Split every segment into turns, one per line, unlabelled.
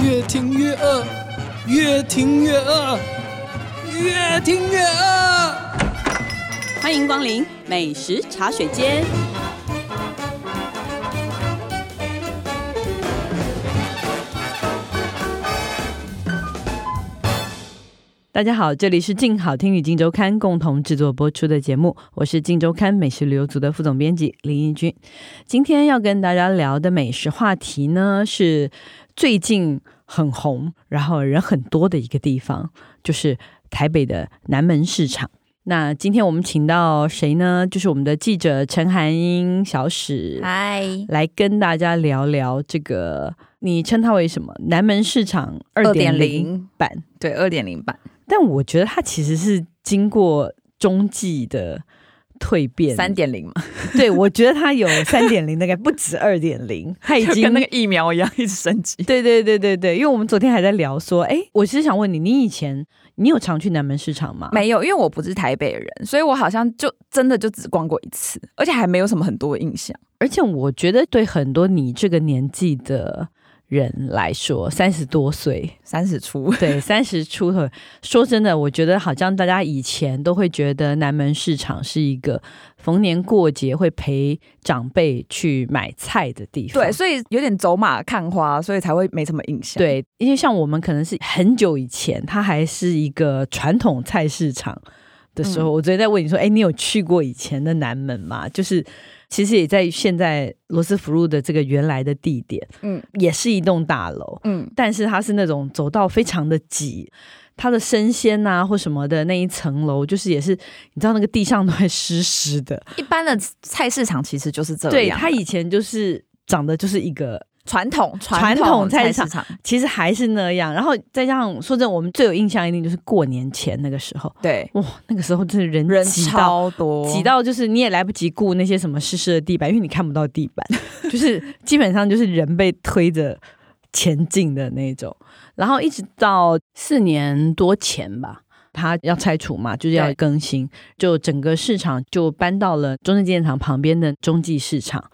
越听越饿，越听越饿，越听越饿。
欢迎光临美食茶水间。
大家好，这里是静好听与静周刊共同制作播出的节目，我是静周刊美食旅游组的副总编辑林义君。今天要跟大家聊的美食话题呢，是最近很红，然后人很多的一个地方，就是台北的南门市场。那今天我们请到谁呢？就是我们的记者陈涵英、小史
嗨，
来跟大家聊聊这个，你称它为什么？南门市场二点零
2.0
版。
对，二点零版，
但我觉得它其实是经过中继的蜕变，
三点零嘛，
对我觉得它有三点零，大概不止二点 零，它已经
跟那个疫苗一样，一直升 级。
对对对对对，因为我们昨天还在聊说，哎，我其实想问你，你以前你有常去南门市场吗？
没有，因为我不是台北人，所以我好像就真的就只逛过一次，而且还没有什么很多的印象。
而且我觉得对很多你这个年纪的人来说，三十多岁，
三十出，
对，三十出头。说真的，我觉得好像大家以前都会觉得南门市场是一个逢年过节会陪长辈去买菜的地方。
对，所以有点走马看花，所以才会没什么印象。，
对，因为像我们可能是很久以前，它还是一个传统菜市场的时候，
嗯
我昨天在问你说，哎，你有去过以前的南门吗？就是其实也在现在罗斯福路的这个原来的地点，
嗯
也是一栋大楼。
嗯，
但是它是那种走道非常的挤，它的生鲜呐、或什么的那一层楼，就是也是你知道那个地上都还湿湿的。
一般的菜市场其实就是这样。啊
对，它以前就是长得就是一个，
传统
传统
统
菜市
市
场其实还是那样。然后再加上说真的，我们最有印象一定就是过年前那个时候，
对，
哇，那个时候真的人
人
挤到。
超多，
挤到就是你也来不及顾那些什么湿湿的地板，因为你看不到地 板，就是基本上就是人被推着前进的那种。然后一直到四年多前吧，它要拆除嘛，就是要
对
更新，就整个市场就搬到了中正纪念堂旁边的中继市场。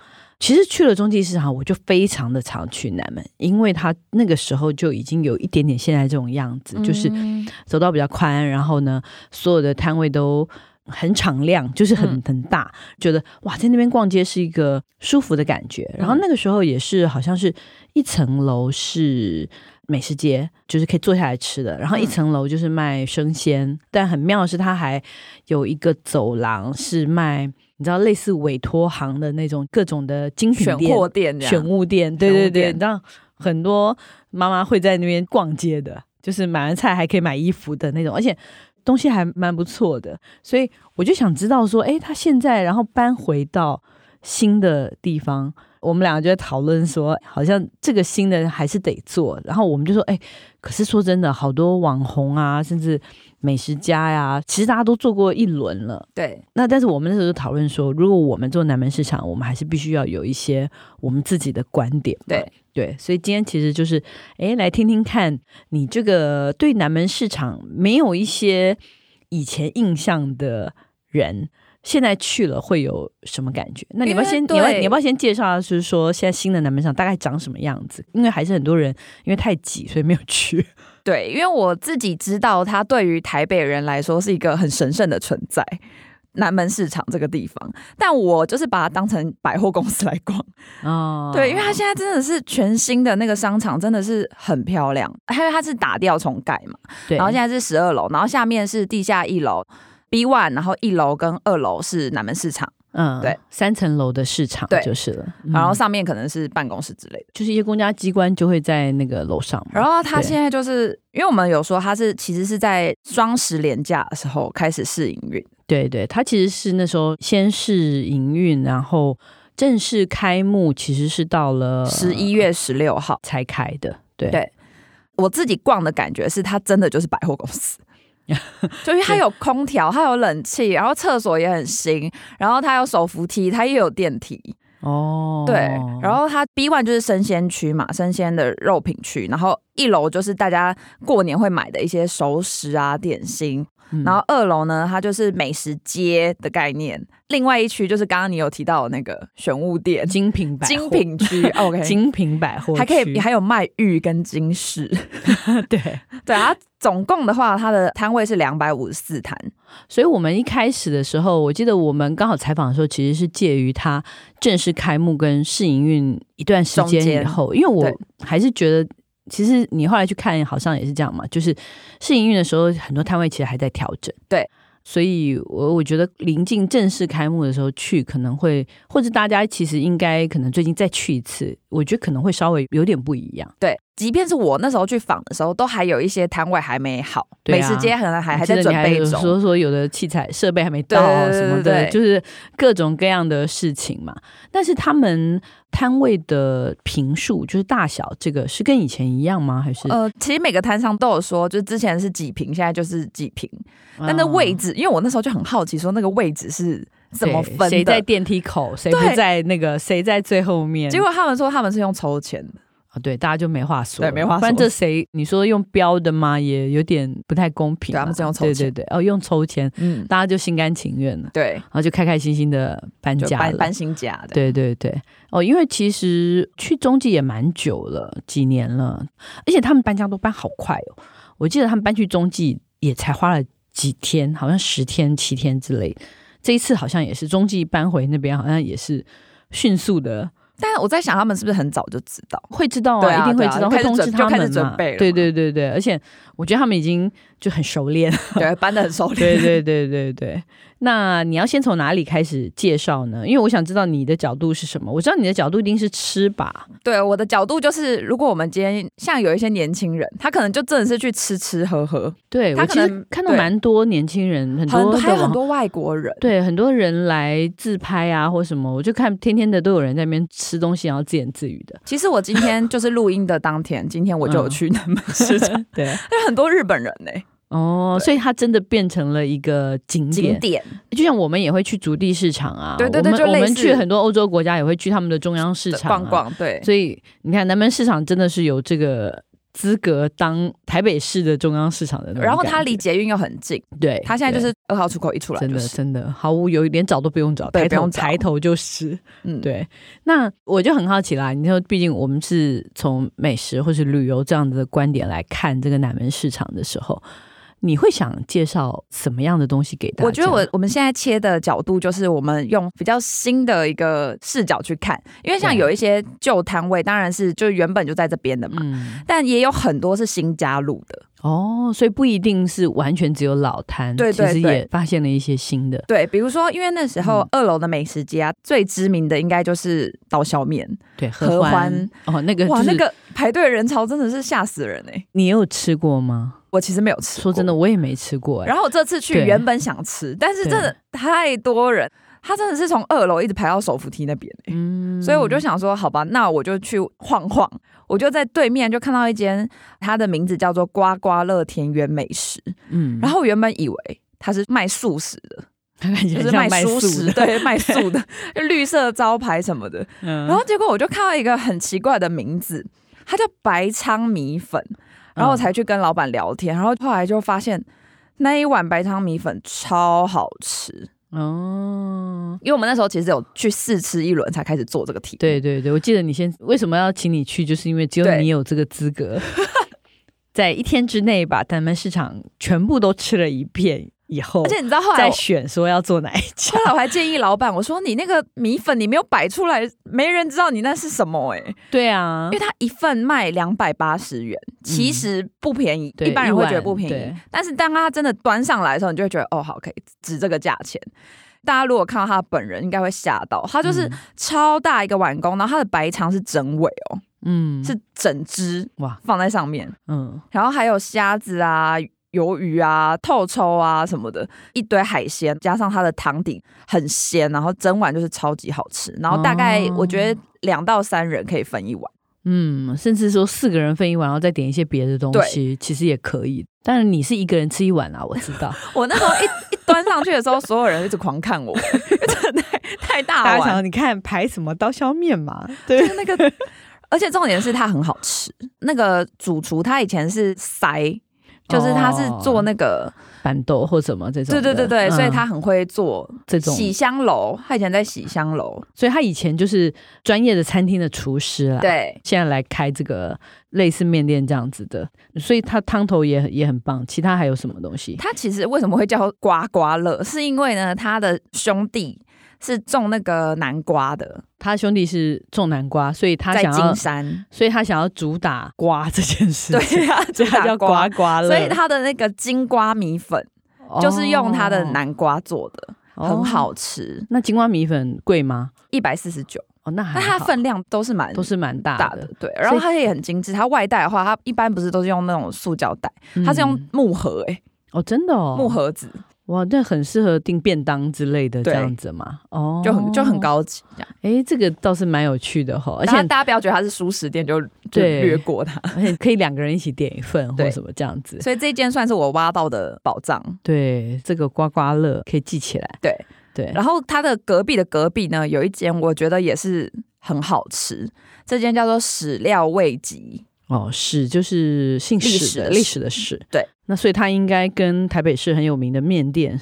其实去了中继市场，我就非常的常去南门，因为它那个时候就已经有一点点现在这种样子，就是
嗯
走道比较宽，然后呢，所有的摊位都很敞亮，就是很
嗯
很大，觉得哇，在那边逛街是一个舒服的感觉。
嗯
然后那个时候也是好像是一层楼是美食街，就是可以坐下来吃的，然后一
嗯
层楼就是卖生鲜，但很妙的是它还有一个走廊是卖。你知道类似委托行的那种各种的精品
选
店、
货店这样
选物店，对
选
对对，
物店
你知道很多妈妈会在那边逛街的，就是买完菜还可以买衣服的那种，而且东西还蛮不错的，所以我就想知道说，诶，他现在然后搬回到新的地方，我们两个就在讨论说，哎好像这个新的还是得做，然后我们就说，诶，可是说真的，好多网红啊，甚至美食家呀、其实大家都做过一轮了。
对，
那但是我们那时候就讨论说，如果我们做南门市场，我们还是必须要有一些我们自己的观点嘛。
对
对，所以今天其实就是，哎，来听听看你这个对南门市场没有一些以前印象的人，现在去了会有什么感觉？那你要不要先，
因
你
为
要不
对
要你要不要先介绍，就是说现在新的南门市场大概长什么样子？因为还是很多人因为太挤，所以没有 去。
对，因为我自己知道，它对于台北人来说是一个很神圣的存在。南门市场这个地方，但我就是把它当成百货公司来 逛。
哦
对，因为它现在真的是全新的那个商场，真的是很漂亮。还有它是打掉重盖嘛，
对，
然后现在是十二楼，然后下面是地下一楼 B one，然后一楼跟二楼是南门市场，
嗯，
对，
三层楼的市场
对
就是了。
然
嗯
后上面可能是办公室之类的。
就是一些公家机关就会在那个楼上嘛。
然后他
对
现在就是，因为我们有说他是其实是在双十连假的时候开始试营运，
对对，它其实是那时候先是营运，然后正式开幕其实是到了
十一月十六号。
才开的。对
对我自己逛的感觉是，它真的就是百货公 司，就因为它有空调，它有冷气，然后厕所也很新，然后它有手扶梯，它也有电梯，
哦，
对。然后它 B one 就是生鲜区嘛，生鲜的肉品区，然后一楼就是大家过年会买的一些熟食啊、点心，
嗯
然后二楼呢，它就是美食街的概念。另外一区就是刚刚你有提到的那个玄武店、
精品百货
精品区 ，OK，
精品百货区
还可以还有卖玉跟金饰。
对。
对，它总共的话，它的摊位是两百五十四摊。
所以我们一开始的时候，我记得我们刚好采访的时候，其实是介于它正式开幕跟试营运一段时间以后，因为我
对
还是觉得。其实你后来去看，好像也是这样嘛，就是试营运的时候，很多摊位其实还在调整。
对，
所以我我觉得临近正式开幕的时候去，可能会或者大家其实应该可能最近再去一次，我觉得可能会稍微有点不一样。
对，即便是我那时候去访的时候，都还有一些摊位还没好，
对
美
啊
食街可能还还在
我记得
准
你
备
有
中。
说说有的器材设备还没到
对对对
什么
对
的，
对
就是各种各样的事情嘛。但是他们摊位的平数，就是大小，这个是跟以前一样吗？还是？
呃，其实每个摊商都有说，就是之前是几平，现在就是几平，但那
嗯
位置，因为我那时候就很好奇，说那个位置是怎么
哦对
分
谁在
的。
电梯口，谁不
对
在那个，谁在最后面？
结果他们说他们是用抽签的，
啊对，大家就没话说，
对没话说
不然这谁？你说用标的吗？也有点不太公平
对
嘛。
啊他们是用抽
对对对，哦，用抽签，
嗯，
大家就心甘情愿了，
对，
然后就开开心心的搬
就
家
搬
了。
搬新家的，
对对对，哦，因为其实去中继也蛮久了，几年了，而且他们搬家都搬好快哦。我记得他们搬去中继也才花了几天，好像十天、七天之类。这一次好像也是中继搬回那边，好像也是迅速的，
但我在想，他们是不是很早就知 道？
会知道
对啊
一定会
对啊
知道，
就开
会
始
通知
准
他
就开始
们
准
嘛。
备了
对
嘛
对对对，而且我觉得他们已经就很熟练 了。
对，搬的很熟练。
对对对对对。那你要先从哪里开始介绍呢？因为我想知道你的角度是什么。我知道你的角度一定是吃吧。
对，我的角度就是，如果我们今天像有一些年轻人，他可能就真的是去吃吃喝喝，
对，
他
我
可
其实
能
看到
对
蛮多年轻人，很
很
多啊
还有
的
很
网
多外国人。
对很多人来自拍啊或什么，我就看天天的都有人在那边吃东西，然后自言自语的。
其实我今天就是录音的当天，今天我
嗯
就有去南门市场，
对，
有很多日本人呢、
哦，所以它真的变成了一个景
景
点，
点
就像我们也会去足地市场啊，
对对对
我
就
们我
类
们
似
去很多欧洲国家也会去他们的中央市场、啊
逛。逛，对，
所以你看，南门市场真的是有这个。资格当台北市的中央市场的那种感觉，
然后它离捷运又很近，
对，
它现在就
对
是二号出口一出来
真
就
的
是，
真的毫无犹豫，连找都不用找，
对
抬
不
头
用找
抬头就是。
嗯，
对，那我就很好奇啦。你说，毕竟我们是从美食或是旅游这样子的观点来看这个南门市场的时候，你会想介绍什么样的东西给大家？
我觉得我我们现在切的角度就是我们用比较新的一个视角去看，因为像
对啊
有一些旧摊位，当然是就原本就在这边的嘛，
嗯，
但也有很多是新加入的。
哦，所以不一定是完全只有老摊，
对对
其实
对
也发现了一些新的。
对，比如说，因为那时候
嗯
二楼的美食街啊，最知名的应该就是刀削面，
对，
合
欢
欢
哦，那个
哇，
就是
那个排队人潮真的是吓死人哎、
你有吃过吗？
我其实没有吃，
说真的，。我也没吃过、哎，
然后我这次去
对
原本想吃，但是真的太多人，他真的是从二楼一直排到手扶梯那边、欸
嗯
所以我就想说，好吧，那我就去晃晃。我就在对面就看到一间，它的名字叫做“刮刮乐田园美食”。
嗯
然后我原本以为它是卖素食的，
它 感觉
就
很
是
像卖
素
素
食，
的，
对，卖 素的，就绿色招牌什么的。
然
然后结果我就看到一个很奇怪的名字，它叫白鲳米粉，
嗯
然后我才去跟老板聊天，然后后来就发现那一碗白鲳米粉超好吃，
哦，
因为我们那时候其实有去试吃一轮才开始做这个题目，
对对对，我记得你先为什么要请你去，就是因为只有
对
你有这个资 格，在一天之内把咱们市场全部都吃了一遍以后，
而且你知道后来
再
我。
选说要做哪一家
后。来我还建议老板，我说你那个米粉你没有摆出来，没人知道你那是什么哎、欸
对啊
因为，它一份卖两百八十元，其实不便宜，
嗯对
一般人会觉得不
一
便宜
碗对。
但是当它真的端上来的时候，你就会觉得哦，好，可以值这个价钱。大家如果看到他本人，应该会吓到，他
嗯
就是超大一个碗公，然后它的白肠是整尾哦，
嗯
是整只
哇
放在上面，
嗯
然后还有虾子啊、鱿鱼啊、透抽啊什么的，一堆海鲜，加上它的汤底很鲜，然后整碗就是超级好吃。然后大概
哦
我觉得两到三人可以分一碗。
嗯，甚至说四个人分一碗，然后再点一些别的东西，其实也可以。当然你是一个人吃一碗啊啦，我知 道，
我那时候一一端上去的时候，所有人一直狂看我， 因为真的太太大
大家想
碗，
说你看排什么刀削面嘛，对
那个。而且重点是它很好吃，那个主厨他以前是塞，就是他是做那个，
板豆或什哦么这种
对
的。
对对对，所以
嗯
他很会做
这种，
喜香楼，他以前在喜香楼，
所以他以前就是专业的餐厅的厨师啦。。
对，
现在来开这个类似面店这样子的，所以他汤头也很也很棒。其他还有什么东西？
他其实为什么会叫刮刮乐，是因为呢，他的兄弟是种那个南瓜的，
他兄弟是种南瓜，所以他
在
想要
金，山，
所以他想要主打瓜这件事情，
对呀、
所以他
打
叫刮刮乐。
所以他的那个金瓜米粉就是用他的南瓜做的，
哦
很好吃，
那金瓜米粉贵吗？
一百四十九，
哦，那还
但它
好
的分量都是蛮
都是蛮大
大的，
的，
对，然后它也很精致。它外带的话，它一般不是都是用那种塑胶袋，它是用
嗯
木盒、欸，
哦，真的哦，
木盒子
哇，那很适合订便当之类的这
对
样子嘛，哦，
就很就很。高级这样。
哎，这个倒是蛮有趣的哈，而
然后
且
大家不要觉得它是熟食店就就
对
略过它，
而且可以两个人一起点一份或
对
什么这样子。
所以这间算是我挖到的宝藏。
对，这个刮刮乐可以记起来。
对
对，
然后它的隔壁的隔壁呢，有一间我觉得也是很好吃，这间叫做史料味集。
哦，史就是姓
历
史
史
的
的
历
史
史的史。
对，
那所以它应该跟台北市很有名的面店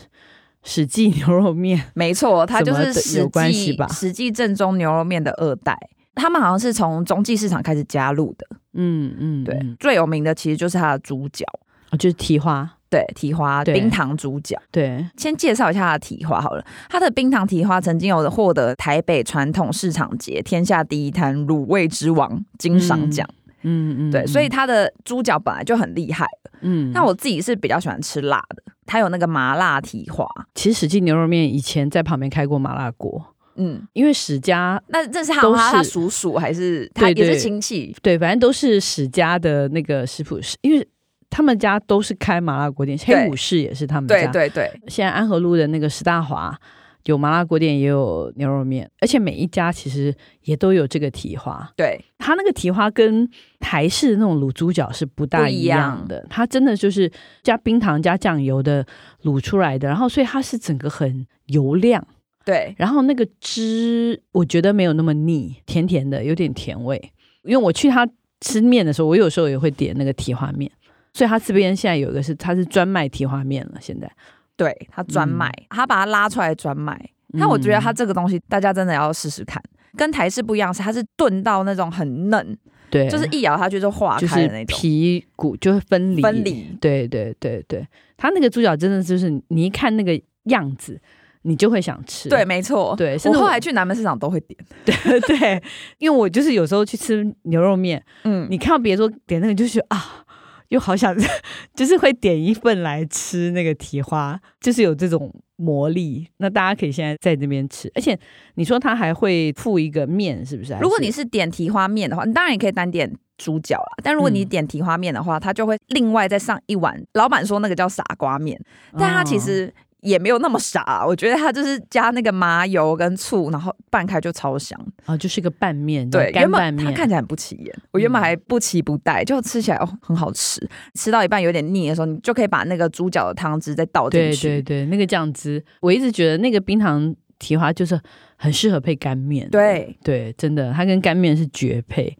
史记牛肉 面
没错，它就
怎么
是
的
史
有关系
记
吧
史记正宗牛肉面的二代。他们好像是从中继市场开始加入的，
嗯嗯，
对，
嗯
最有名的其实就是它的猪脚，
哦就是蹄花。
对，蹄花
对
冰糖猪脚。
对，
先介绍一下它的蹄花好了，它的冰糖蹄花曾经有获得台北传统市场节天下第一摊卤味之王金赏奖，
嗯嗯，
对，所以
嗯
它的猪脚本来就很厉害。
嗯，
那我自己是比较喜欢吃辣的，它有那个麻辣蹄花，
其实史记牛肉面以前在旁边开过麻辣锅，
嗯，
因为史家
那这是他
都是
他叔叔还是他
对
也
对
是亲戚？
对，反正都是史家的那个食谱，是因为他们家都是开麻辣锅店，
对
黑武士也是他们家。
对对对，
现在安和路的那个石大华有麻辣锅店，也有牛肉面，而且每一家其实也都有这个蹄花。
对，
它那个蹄花跟台式的那种卤猪脚是不大
不一
一样
样
的，它真的就是加冰糖加酱油的卤出来的，然后所以它是整个很油亮，
对，
然后那个汁我觉得没有那么腻，甜甜的，有点甜味。因为我去他吃面的时候，我有时候也会点那个蹄花面，所以他这边现在有一个是他是专卖蹄花面了，现在。
对他专卖，他把它拉出来专卖。那
嗯
我觉得它这个东西大家真的要试试看，跟台式不一样，是它是炖到那种很嫩，
对，
就是一咬下去就化
就
开的
是
那种，
皮骨就会分离，
分。离。
对对对对，他那个猪脚真的就是你一看那个样子，你就会想吃。
对，没错。
对，甚
我
至
后来去南门市场都会点，
对，因为我就是有时候去吃牛肉面，
嗯，
你看到别桌点那个就是啊。又好想， 就是会点一份来吃那个蹄花，就是有这种魔力。那大家可以现在在这边吃，而且你说他还会附一个面，是不是？还
如果你是点蹄花面的话，你当然也可以单点猪脚啦。但如果你
嗯
点蹄花面的话，它就会另外再上一碗。老板说那个叫傻瓜面，但它其、
哦
实也没有那么傻啊、我觉得它就是加那个麻油跟醋，然后拌开就超香。
哦，就是一个拌面，
对，
干
原
拌
本
面，
它看起来很不起眼，我原本
嗯
还不期不待，就吃起来哦很好吃。吃到一半有点腻的时候，你就可以把那个猪脚的汤汁再倒进
对
去。
对对，那个酱汁，我一直觉得那个冰糖蹄花就是很适合配干面。
对
对，真的，它跟干面是绝配。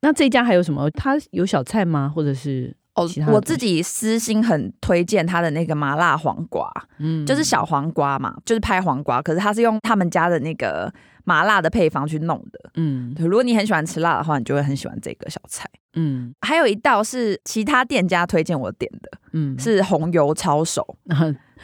那这家还有什么？它有小菜吗？或者是
哦
其他，的
我
东
自
西
己私心很推荐它的那个麻辣黄瓜，
嗯，
就是小黄瓜嘛，就是拍黄瓜，可是它是用他们家的那个麻辣的配方去弄的。
嗯
对如果你很喜欢吃辣的话，你就会很喜欢这个小菜。
嗯
还有一道是其他店家推荐我点的，
嗯，
是红油抄 手。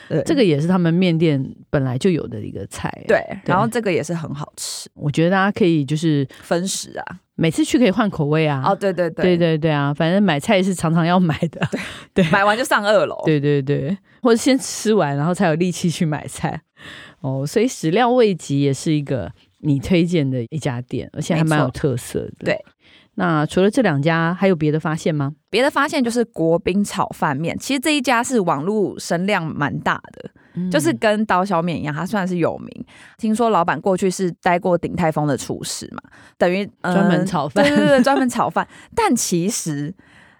对
这个也是他们面店本来就有的一个菜。，
对，
对
然后这个也是很好吃，
我觉得大家可以就是
分食啊。
每次去可以换口味啊。
哦，对对对
对对对啊，反正买菜是常常要买的。
买完就上二楼。
对 对对，或者先吃完，然后才有力气去买菜。 哦，所以始料未及也是一个你推荐的一家店，而且还蛮有特色的。
对，
那除了这两家，还有别的发现吗？
别的发现就是国宾炒饭面，其实这一家是网络声量蛮大的，
嗯
就是跟刀削面一样，它算是有名。听说老板过去是待过鼎泰丰的厨师嘛，等于呃
专门炒饭
对对对，专门炒饭。但其实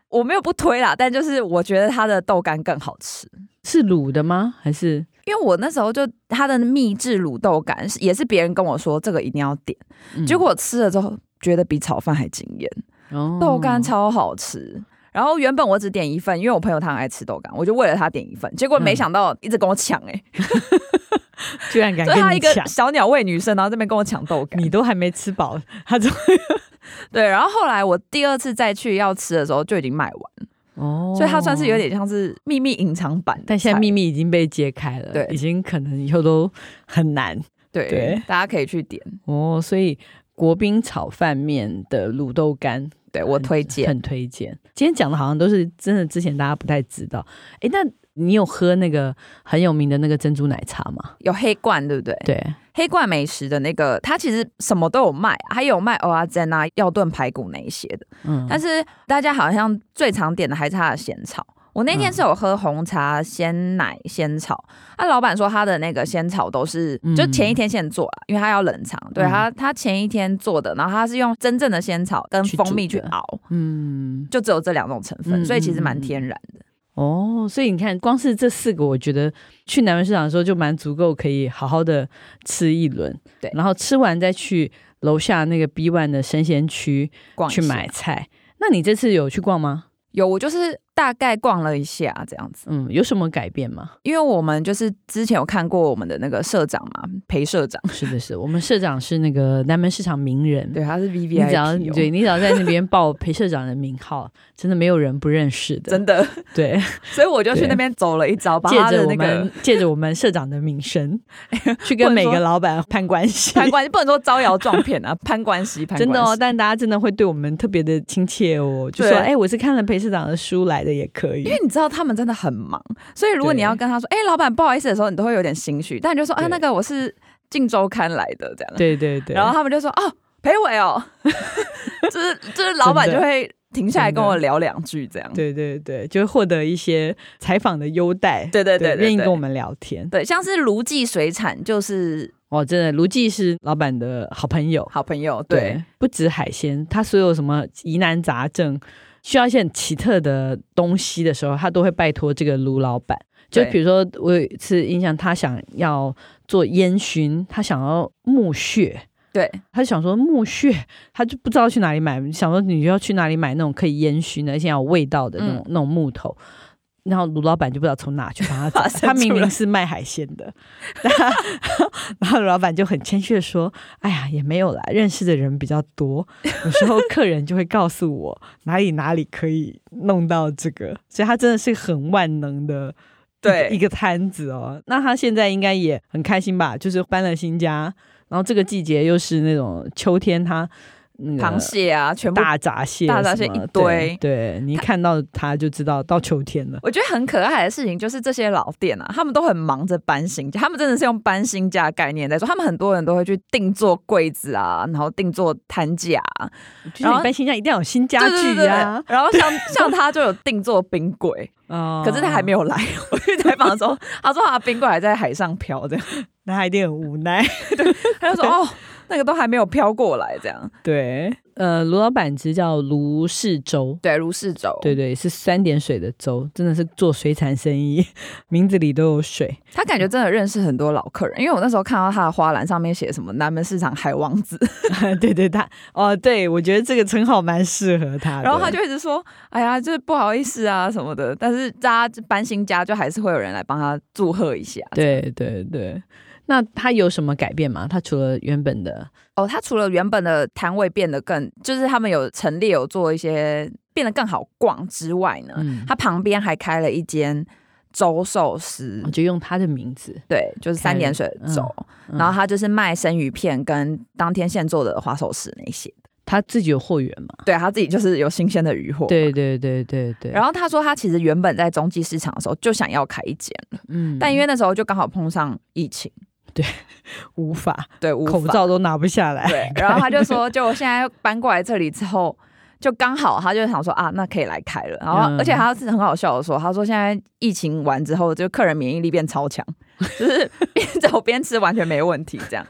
我没有不推啦，但就是我觉得它的豆干更好吃。
是卤的吗？还是
因为我那时候就它的秘制卤豆干是也是别人跟我说这个一定要点，
嗯
结、果我吃了之后觉得比炒饭还惊艳，
嗯哦
豆干超好吃。然后原本我只点一份，因为我朋友他很爱吃豆干，我就为了他点一份，结果
嗯
没想到一直跟我抢哎、
居然敢
就他
跟
一
你
个
抢，嗯
小鸟胃女生，然后这边跟我抢豆干
你。都还没吃饱，他就
对，然后后来我第二次再去要吃的时候就已经卖完，
哦
所以它算是有，点像是秘密隐藏版的菜。
但现在秘密已经被揭开了，
对嗯
已经可能以后都很难
对，
对
大家可以去点。
哦。所以国宾炒饭面的卤豆干
对我推荐，
很推荐。今天讲的好像都是真的，之前大家不太知道。诶，那你有喝那个很有名的那个珍珠奶茶吗？
有黑罐，对不对？
对，
黑罐美食的那个，它其实什么都有卖，还有卖欧阿珍啊、药炖排骨那一些的。
嗯，
但是大家好像最常点的还是它的鲜草。我那
嗯
天是有喝红茶、鲜奶、鲜草，那、老板说他的那个鲜草都是
嗯
就前一天现做啦，因为他要冷藏，对
嗯
他他前一天做的，然后他是用真正的鲜草跟
去煮
蜂蜜去
的
熬，
嗯，
就只有这两种成
嗯
分，所以其
嗯
实
嗯
蛮
嗯
天然的。
哦，所以你看，光是这四个，我觉得去南门市场的时候就蛮足够，可以好好的吃一轮。
对
然后吃完再去楼下那个 B One 的生鲜区
逛一
去
下
买菜。那你这次有去逛吗？
有，我就是大概逛了一下这样子，
嗯，有什么改变吗？
因为我们就是之前有看过我们的那个社长嘛，裴社长，
是的，是的我们社长是那个南门市场名人，
对，他是
你只
VVIP，、
要
哦、
对你只要在那边报裴社长的名号，真的没有人不认识的。
哦真的，
对，
所以我就去
对
那边走了一遭，把
借
他
着
的
我
那个
们借着我们社长的名声， 去跟
不能
每
说
个老板攀关系。
攀关系，不能说招摇撞骗啊，攀关系，攀关
真
系
的哦，，但大家真的会对我们特别的亲切哦，就说
对
哎、我是看了裴市长的书来的，也可以
因。为你知道他们真的很忙，所以如果你
对
要跟他说，哎、老板不好意思的时候，你都会有点心虚，但你就说啊，
对
那个我是《晋周刊》来的这样，
对对对，
然后他们就说哦，裴伟哦，就是就是老板
真
就
的
会停下来
真的
跟我聊两句这样，
对对对，就会获得一些采访的优待，
对对对对
愿意
对
跟我们聊天。
对，像是卢记水产就是
哦，真的，卢记是老板的好朋友，
好朋友，对，
不止海鲜，他所有什么疑难杂症，需要一些很奇特的东西的时候，他都会拜托这个卢老板。就
对
比如说，我有一次印象，他想要做烟熏，他想要木屑，
对
他就想说木屑，他就不知道去哪里买，想说你要去哪里买那种可以烟熏的，而且要有味道的那
嗯
种、那种木头。然后卢老板就不知道从哪去帮他
把它
找，
生
他明
出来
明是卖海鲜的， 但他然后卢老板就很谦虚的说：“哎呀，也没有啦，认识的人比较多，有时候客人就会告诉我哪里哪里可以弄到这个，所以他真的是很万能的一个
对
一个摊子哦。那他现在应该也很开心吧？就是搬了新家，然后这个季节又是那种秋天，他那个
螃蟹啊，全部。
大闸蟹什
大
么、
闸蟹一
对
堆
对你一看到他就知道到秋天了。
我觉得很可爱的事情就是这些老店啊，他们都很忙着搬新家，他们真的是用搬新家的概念在说，他们很多人都会去定做柜子啊，然后定做摊架啊、
就是
然后
你搬新家一定要有新家
对对
具
对
啊
对，然后像像他就有定做冰柜，
哦
可是他还没有来。我去采访的时候，他说他的冰柜还在海上漂，这样
那他一定很无奈。
他就说哦，那个都还没有飘过来，这样
对，呃，卢老板其实叫卢世周，
对，如是轴，
对对，是三点水的粥，真的是做水产生意，名字里都有水。
他感觉真的认识很多老客人，因为我那时候看到他的花篮上面写什么南门市场海王子，
对对，他哦，对我觉得这个称号蛮适合他的。
然后他就一直说，哎呀，就是不好意思啊什么的，但是大家搬新家就还是会有人来帮他祝贺一下。
对对对，那他有什么改变吗？他除了原本的
哦，他除了原本的摊位变得更，就是他们有陈列有做一些变得更好逛之外呢，
嗯
他旁边还开了一间粥寿司
我，就用他的名字，
对，就是
开
三
了
点水的粥，
嗯
然后他就是卖生鱼片跟当天现做的花寿司那些，
他自己有货源嘛？
对他自己就是有新鲜的鱼货。
对对对对对。
然
后
后他说，他其实原本在中继市场的时候就想要开一间，
嗯
但因为那时候就刚好碰上疫情，
无法，
对，无法
口罩都拿不下来。
对，然后他就说，就我现在搬过来这里之后，就刚好他就想说啊，那可以来开了。然后，
嗯
而且他是很好笑的说，他说现在疫情完之后，就客人免疫力变超强，就是 边走边吃完全没问题这样。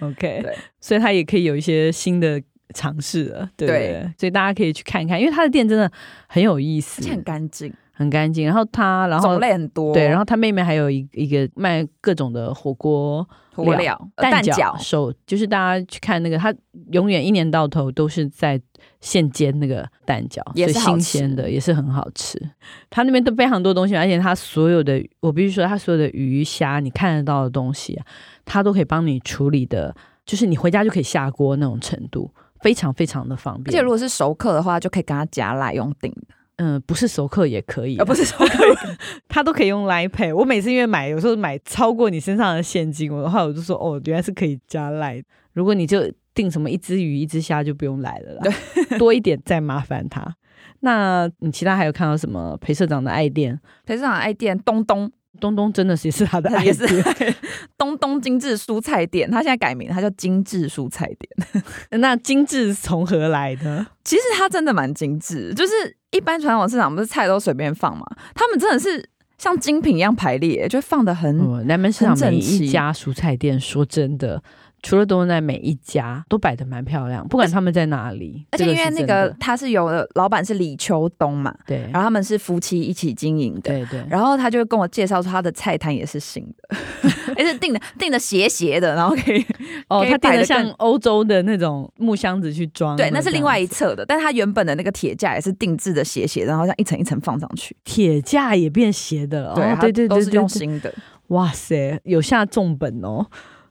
OK，
对
所以他也可以有一些新的尝试了，对不
对
对？所以大家可以去看看，因为他的店真的很有意思
而且，很干净，
很干净。然后他，然后
嗯种类很多，
对，然
后
后他妹妹还有一一个卖各种的火锅
火
料
料、呃蛋
饺、手，就是大家去看那个，他永远一年到头都是在现煎那个蛋饺，
也是
所以
好
新
吃
鲜的，也是很好吃。他那边都非常多东西，而且他所有的，我必须说，他所有的鱼虾，你看得到的东西、啊，他都可以帮你处理的，就是你回家就可以下锅那种程度，非常非常的方
而
便。
且如果是熟客的话，就可以跟他加辣用顶的，
嗯、不是熟客也可以、
而哦呃不是 熟客。
他都可以用 Line Pay。我每次因为买，有时候买超过你身上的现金，我的话我就说哦，原来是可以加 Line。如果你就订什么一只鱼一只虾，就不用来 了啦，多一点再麻烦他。那你其他还有看到什么？裴社长的爱店，
裴市长爱店东东
东东真的是也是他的爱
也
店，
是东东精致蔬菜店，他现在改名，他叫精致蔬菜店。
那精致从何来呢？
其实它真的蛮精致，就是一般传统市场不是菜都随便放嘛，他们真的是像精品一样排列，就放的很、
嗯，南门市场
很整
每一
齐
家蔬菜店，说真的。除了东东在每一家都摆的蛮漂亮，不管他们在哪里，
而且因为那
这
个
是
他是有的老板是李秋东嘛，
真的
然后他们是夫妻一起经营的。
对对对，
然后他就跟我介绍说，他的菜单也是新 的，也是订的订的斜斜的，然后可以
哦，
可以
它订
摆
的
得
像
更
欧洲的那种木箱子去装哦的这
对，
样子。
那是另外一侧的，但他原本的那个铁架也是定制的斜斜的，然后这样一层一层放上去，
铁架也变斜的了。哦
它
对对
都
对
是
对
用
对，
新的，
哇塞，有下重本哦。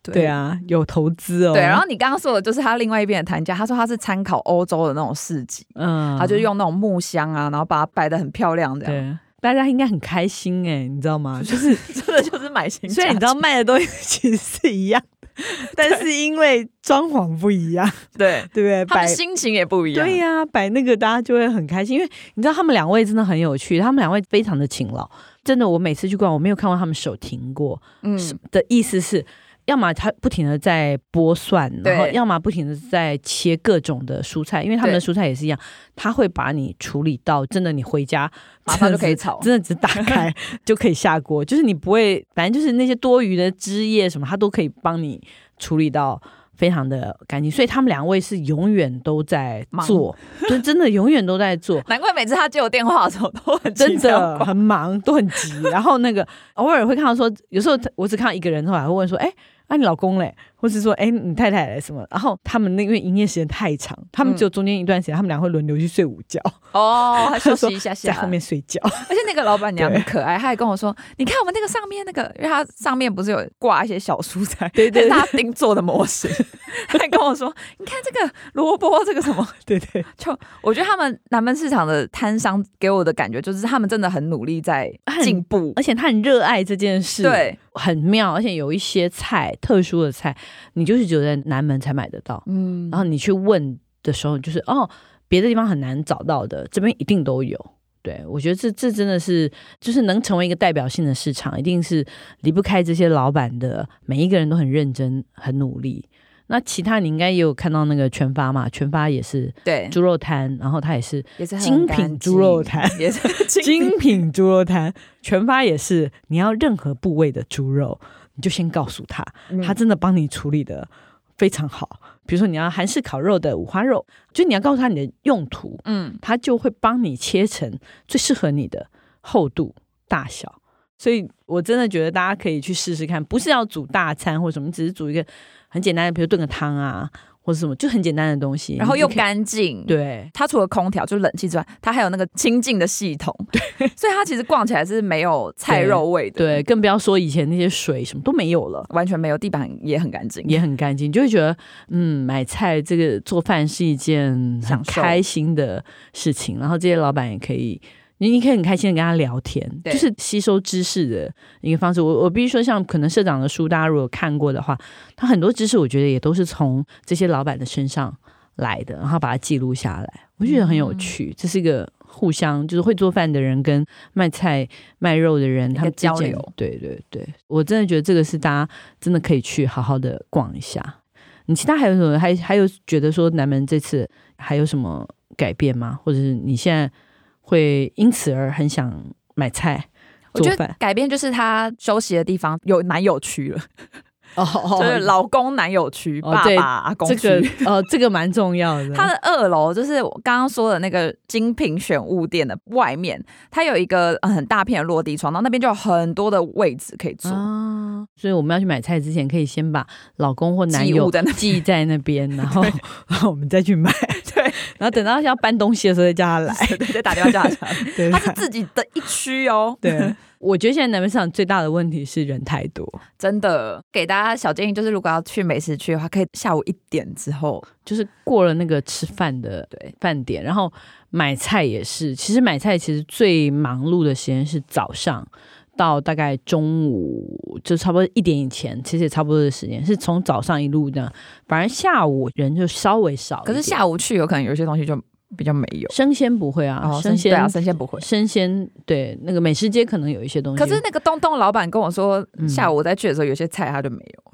对啊，有投资哦。
对，然后你刚刚说的就是他另外一边的谈价，他说他是参考欧洲的那种市集，
嗯，
他就用那种木箱啊，然后把它摆的很漂亮这样，
对。大家应该很开心哎、你知道吗？就是
真的就是 买新家具。
虽然你知道卖的东西其实是一样 的，但是因为装潢不一样，
对，
对不对？
他
摆
们心情也不一样。
对呀、摆那个大家就会很开心，因为你知道他们两位真的很有趣，他们两位非常的勤劳，真的，我每次去逛，我没有看过他们手停过，
嗯，
是的意思是，要么他不停的在剥蒜，
对
然后要么不停的在切各种的蔬菜，因为他们的
对
蔬菜也是一样，他会把你处理到真的你回家
马上就可
真的
以
只
炒
真的只打开就可以下锅，就是你不会，反正就是那些多余的汁液什么，他都可以帮你处理到。非常的干净，所以他们两位是永远都在
忙
做， 就真的永远都在做。
难怪每次他接我电话的时候都 很
真
紧张
的很忙，都很急。然后那个偶尔会看到说，有时候我只看到一个人的话，还会问说：“哎、啊你老公嘞？”或是说：“哎、你太太嘞？”什么？然后他们那因为营业时间太长，他们
嗯
只有中间一段时间，他们俩会轮流去睡午觉，
哦，他休息一下
在
下
后。面睡觉。
而且那个老板娘很可爱，她还跟我说：“你看我们那个上面那个，因为它上面不是有挂一些小蔬菜，
对对对
它是他定做的模型。”她还跟我说：“你看这个萝卜，这个什么
对对，
就我觉得他们南门市场的摊商给我的感觉就是他们真的很努力在
很
进步，
而且他很热爱这件事，，
对，
很妙。而且有一些菜，特殊的菜，你就是只有在南门才买得到。
嗯
然后你去问的时候，就是哦，别的地方很难找到的，这边一定都有。对我觉得这这真的是，就是能成为一个代表性的市场，一定是离不开这些老板的，每一个人都很认真、很努力。那其他你应该也有看到那个全发嘛，全发也是
对，
猪肉摊，然后它也是
也是很
精
干
品
净
猪肉摊，
也是精
精品猪肉摊，全发也是你要任何部位的猪肉，你就先告诉他，
嗯
他真的帮你处理的非常好。比如说你要韩式烤肉的五花肉，就你要告诉他你的用途，
嗯，
他就会帮你切成最适合你的厚度、大小。所以我真的觉得大家可以去试试看，不是要煮大餐或什么，你只是煮一个很简单的，比如炖个汤啊，或者什么，就很简单的东西，
然后
你就
又
可以。
干净，。
对，
它除了空调就冷气之外，它还有那个清净的系统，对， 所以它其实逛起来是没有菜肉味的，
对，，更不要说以前那些水什么都没有了。
完全没有，地板也很干净，
也很干净，就会觉得嗯，买菜这个做饭是一件很
享受
开心的事情，然后这些老板也可以。你你可以很开心的跟他聊天，就
对
是吸收知识的一个方式。我我必须说，像可能社长的书，大家如果看过的话，他很多知识我觉得也都是从这些老板的身上来的，然后把它记录下来，我觉得很有
嗯
趣。这是一个互相，就是会做饭的人跟卖菜卖肉的人
个
他们之间
交流。
对对对，我真的觉得这个是大家真的可以去好好的逛一下。你其他还有什么？还还有觉得说南门这次还有什么改变吗？或者是你现在会因此而很想买菜
我
做
觉得
饭？
改变就是它休息的地方有男友区了，
哦
就是老公男友区、
哦
爸
对
爸阿公
这
区。
个哦，这个蛮重要 的。
它的二楼就是我刚刚说的那个精品选物店的外面，它有一个呃很大片的落地窗，然后那边就有很多的位置可以坐。
啊，所以我们要去买菜之前，可以先把老公或男
寄
友
物在那边
寄在那边，然后 然后我们再去买。
对，
然后等到要搬东西的时候再叫他来。
对，再打 电话叫他下来
对
它是自己的一区哦。
对，我觉得现在南北市场最大的问题是人太多，
真的给大家小建议，就是如果要去美食区的话，可以下午一点之后，
就是过了那个吃饭的
对
饭点，然后买菜也是。其实买菜其实最忙碌的时间是早上。到大概中午就差不多一点以前，其实也差不多的时间，是从早上一路这样，反而下午人就稍微少一
可
点。
是下午去有可能有些东西就比较没有。
生鲜不会啊，
哦，
生鲜、
鲜对啊，生鲜不会。
生鲜对那个美食街可能有一些东西，
可是那个东东老板跟我说，
嗯
下午我再去的时候，有些菜他就没有，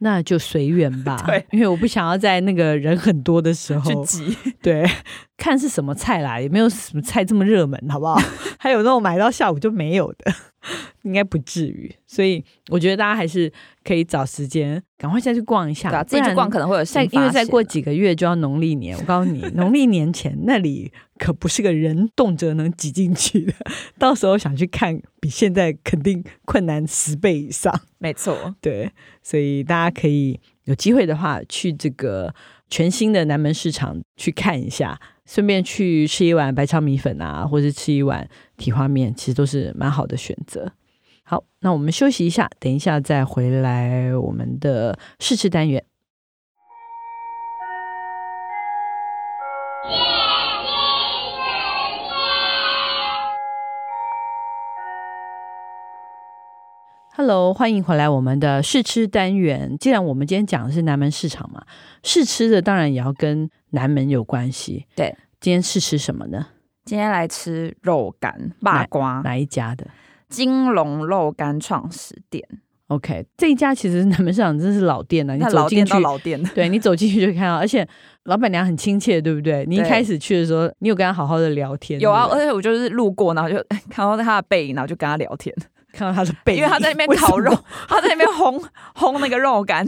那就随缘吧
对，
因为我不想要在那个人很多的时候
去，挤。
对， 看是什么菜啦，也没有什么菜这么热门，好不好？ 还有那种买到下午就没有的， 应该不至于，所以我觉得大家还是可以找时间赶快再去逛一下，
对啊，自己去逛可能会有
再
新
因为
发
再
现
过
啊
几个月就要农历年，我告诉你，农历年前那里可不是个人动辄能挤进去的， 到时候想去看，比现在肯定困难十倍以上。
没错，
对，所以大家可以有机会的话，去这个全新的南门市场去看一下，顺便去吃一碗白炒米粉啊，或者吃一碗蹄花面，其实都是蛮好的选择。好，那我们休息一下，等一下再回来我们的试吃单元。Hello，欢迎回来我们的试吃单元。既然我们今天讲的是南门市场嘛，试吃的当然也要跟南门有关系。
对，
今天试吃什么呢？
今天来吃肉干霸瓜，
哪一家的
金龙肉干创始店，
？OK，这一家其实南门市场真是老店了、啊你
那
走
老
进
店
去
到，老店，
对你走进去就看到，而且老板娘很亲切，对不对？你一
对
开始去的时候，你有跟她好好的聊天，
有啊，
对不
而
对
且我就是路过，然后就 看到他的背影，然后就跟他聊天，
看到她的背影，
因为他在那边
为什么
烤肉， 他在那边烘烘那个肉干。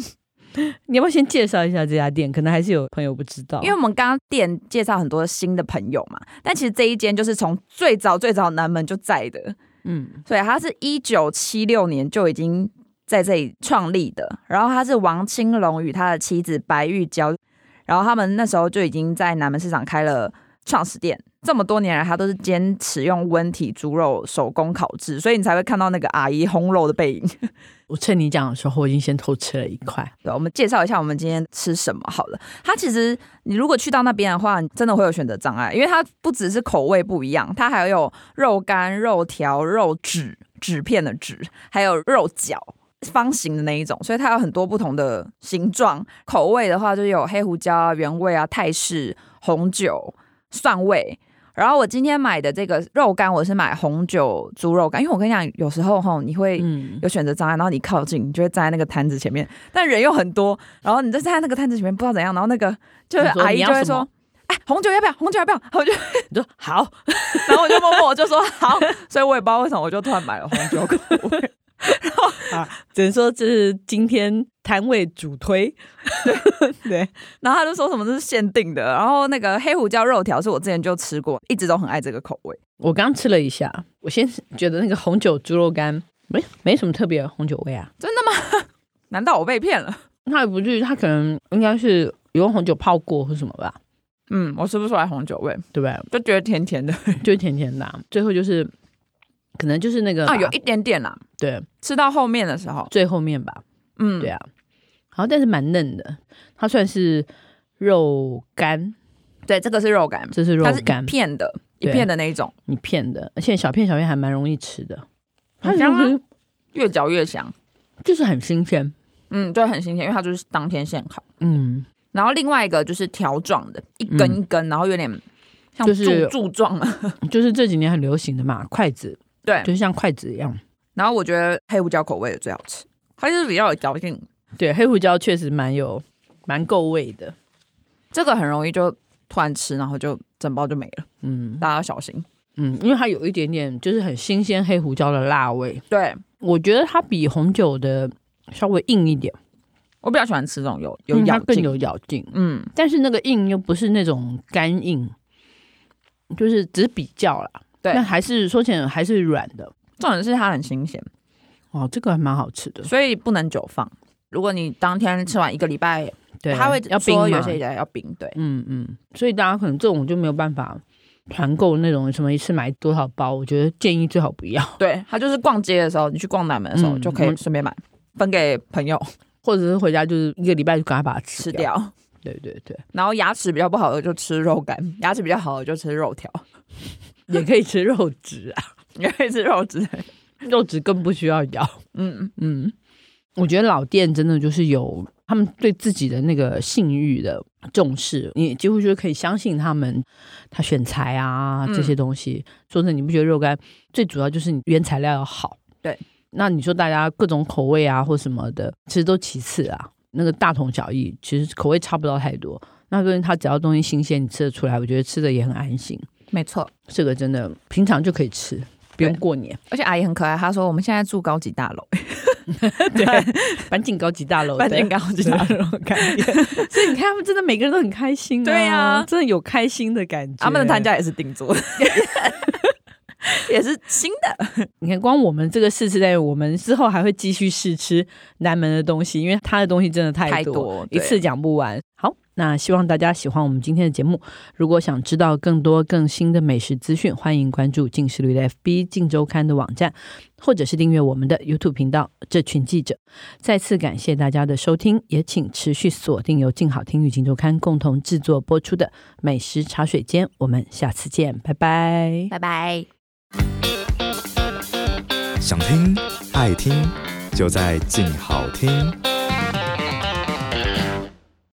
你要不要先介绍一下这家店？可能还是有朋友不知道，
因为我们刚刚店介绍很多新的朋友嘛，但其实这一间就是从最早最早南门就在的，
嗯，
所以它是一九七六年就已经在这里创立的。然后他是王青龙与他的妻子白玉娇，然后他们那时候就已经在南门市场开了创始店。这么多年来，他都是坚持用温体猪肉手工烤制，所以你才会看到那个阿姨烘肉的背影。
我趁你讲的时候，我已经先偷吃了一块。
对，我们介绍一下我们今天吃什么好了。它其实你如果去到那边的话，你真的会有选择障碍，因为它不只是口味不一样，它还有肉干、肉条、肉纸、纸片的纸，还有肉饺。方形的那一种，所以它有很多不同的形状。口味的话，就有黑胡椒啊、原味啊、泰式、红酒、蒜味。然后我今天买的这个肉干，我是买红酒猪肉干，因为我跟你讲，有时候吼你会
嗯，
有选择障碍，然后你靠近，你就会站在那个摊子前面，但人又很多，然后你就站在那个摊子前面，不知道怎样，然后那个就是
你说
阿姨
你
就
要
会
什
说
么。
哎，红酒要不要？红酒要不要？我就
你说好，
然后我就默默我就 说好，所以我也不知道为什么我就突然买了红酒 口味。
只能说这是今天摊位主推。对，
然后他就说什么这是限定的，然后那个黑胡椒肉条是我之前就吃过，一直都很爱这个口味。
我刚吃了一下，我先觉得那个红酒猪肉干没没什么特别的红酒味啊，
难道我被骗了？
它也不至于，它可能应该是有用红酒泡过或什么吧，
嗯，我吃不出来红酒味，
对不对？
就觉得甜甜的
就是甜甜的啊、最后就是可能就是那个
啊，有
把
一点点啦。
对
吃到后面的时候，
最后面吧，
嗯，
对啊，好，但是蛮嫩的，它算是肉干，
对，这个是肉干，
这是肉
它是
干
一，片的，一
对
片的那一种，
你片的，而且小片小片还蛮容易吃的，它
很香啊
其实
越嚼越香。
就是很新鲜，
嗯，对，很新鲜，因为它就是当天现烤。
嗯，
然后另外一个就是条状的，一根一根，然后有点像柱、
就是
柱状嘛。
就是这几年很流行的嘛，筷子
对，
就像筷子一样。
然后我觉得黑胡椒口味的最好吃，它就是比较有嚼劲，
对，黑胡椒确实蛮有蛮够味的。
这个很容易就突然吃，然后就整包就没了，
嗯
大家要小心。
嗯，因为它有一点点就是很新鲜黑胡椒的辣味，
对，
我觉得它比红酒的稍微硬一点，
我比较喜欢吃这种有有
嗯它
咬
更
劲，
有咬劲。
嗯，
但是那个硬又不是那种干硬，就是只是比较啦。
对
那还是说起来还是软的。
重点是它很新鲜，
哦，这个还蛮好吃的。
所以不能久放。如果你当天吃完一个礼拜，
对，
它会
要冰嘛
说有些人要冰，对，
嗯嗯，所以大家可能这种就没有办法团购那种什么一次买多少包，我觉得建议最好不要，
对，它就是逛街的时候，你去逛南门的时候
嗯
就可
我
以顺便买，分给朋友
或者是回家就是一个礼拜就赶快把它吃
吃。掉。
对对对，
然后牙齿比较不好的就吃肉干， 牙齿比较好的就吃肉条，
也可以吃肉质啊，
你可以吃肉之类的。
肉质更不需要咬。
嗯，
嗯，我觉得老店真的就是有他们对自己的那个信誉的重视，你几乎就是可以相信他们，他选材啊
嗯
这些东西。说真的，你不觉得肉干最主要就是你原材料要好？
对。
那你说大家各种口味啊或什么的，其实都其次啊，那个大同小异，其实口味差不到太多。那跟它只要东西新鲜，你吃得出来，我觉得吃的也很安心。
没错。
这个真的平常就可以吃，不用
对
过年，
而且阿姨很可爱，她说我们现在住高级大 楼，
对，搬进高级大楼的，
搬进高级大楼。
感觉。所以你看，他们真的每个人都很开心、啊，
对啊
真的有开心的感觉。
他们的摊，价也是定做的， 也是新的。
你看，光我们这个试吃单元，我们之后还会继续试吃南门的东西，因为它的东西真的太
太
多，
多
一
对
次讲不完。好。那希望大家喜欢我们今天的节目。如果想知道更多更新的美食资讯，欢迎关注进食旅的 FB、进周刊的网站，或者是订阅我们的 YouTube 频道《这群记者》。再次感谢大家的收听，也请持续锁定由静好听与静周刊共同制作播出的《美食茶水间》，我们下次见，拜拜。
拜拜。
想听爱听，就在静好听。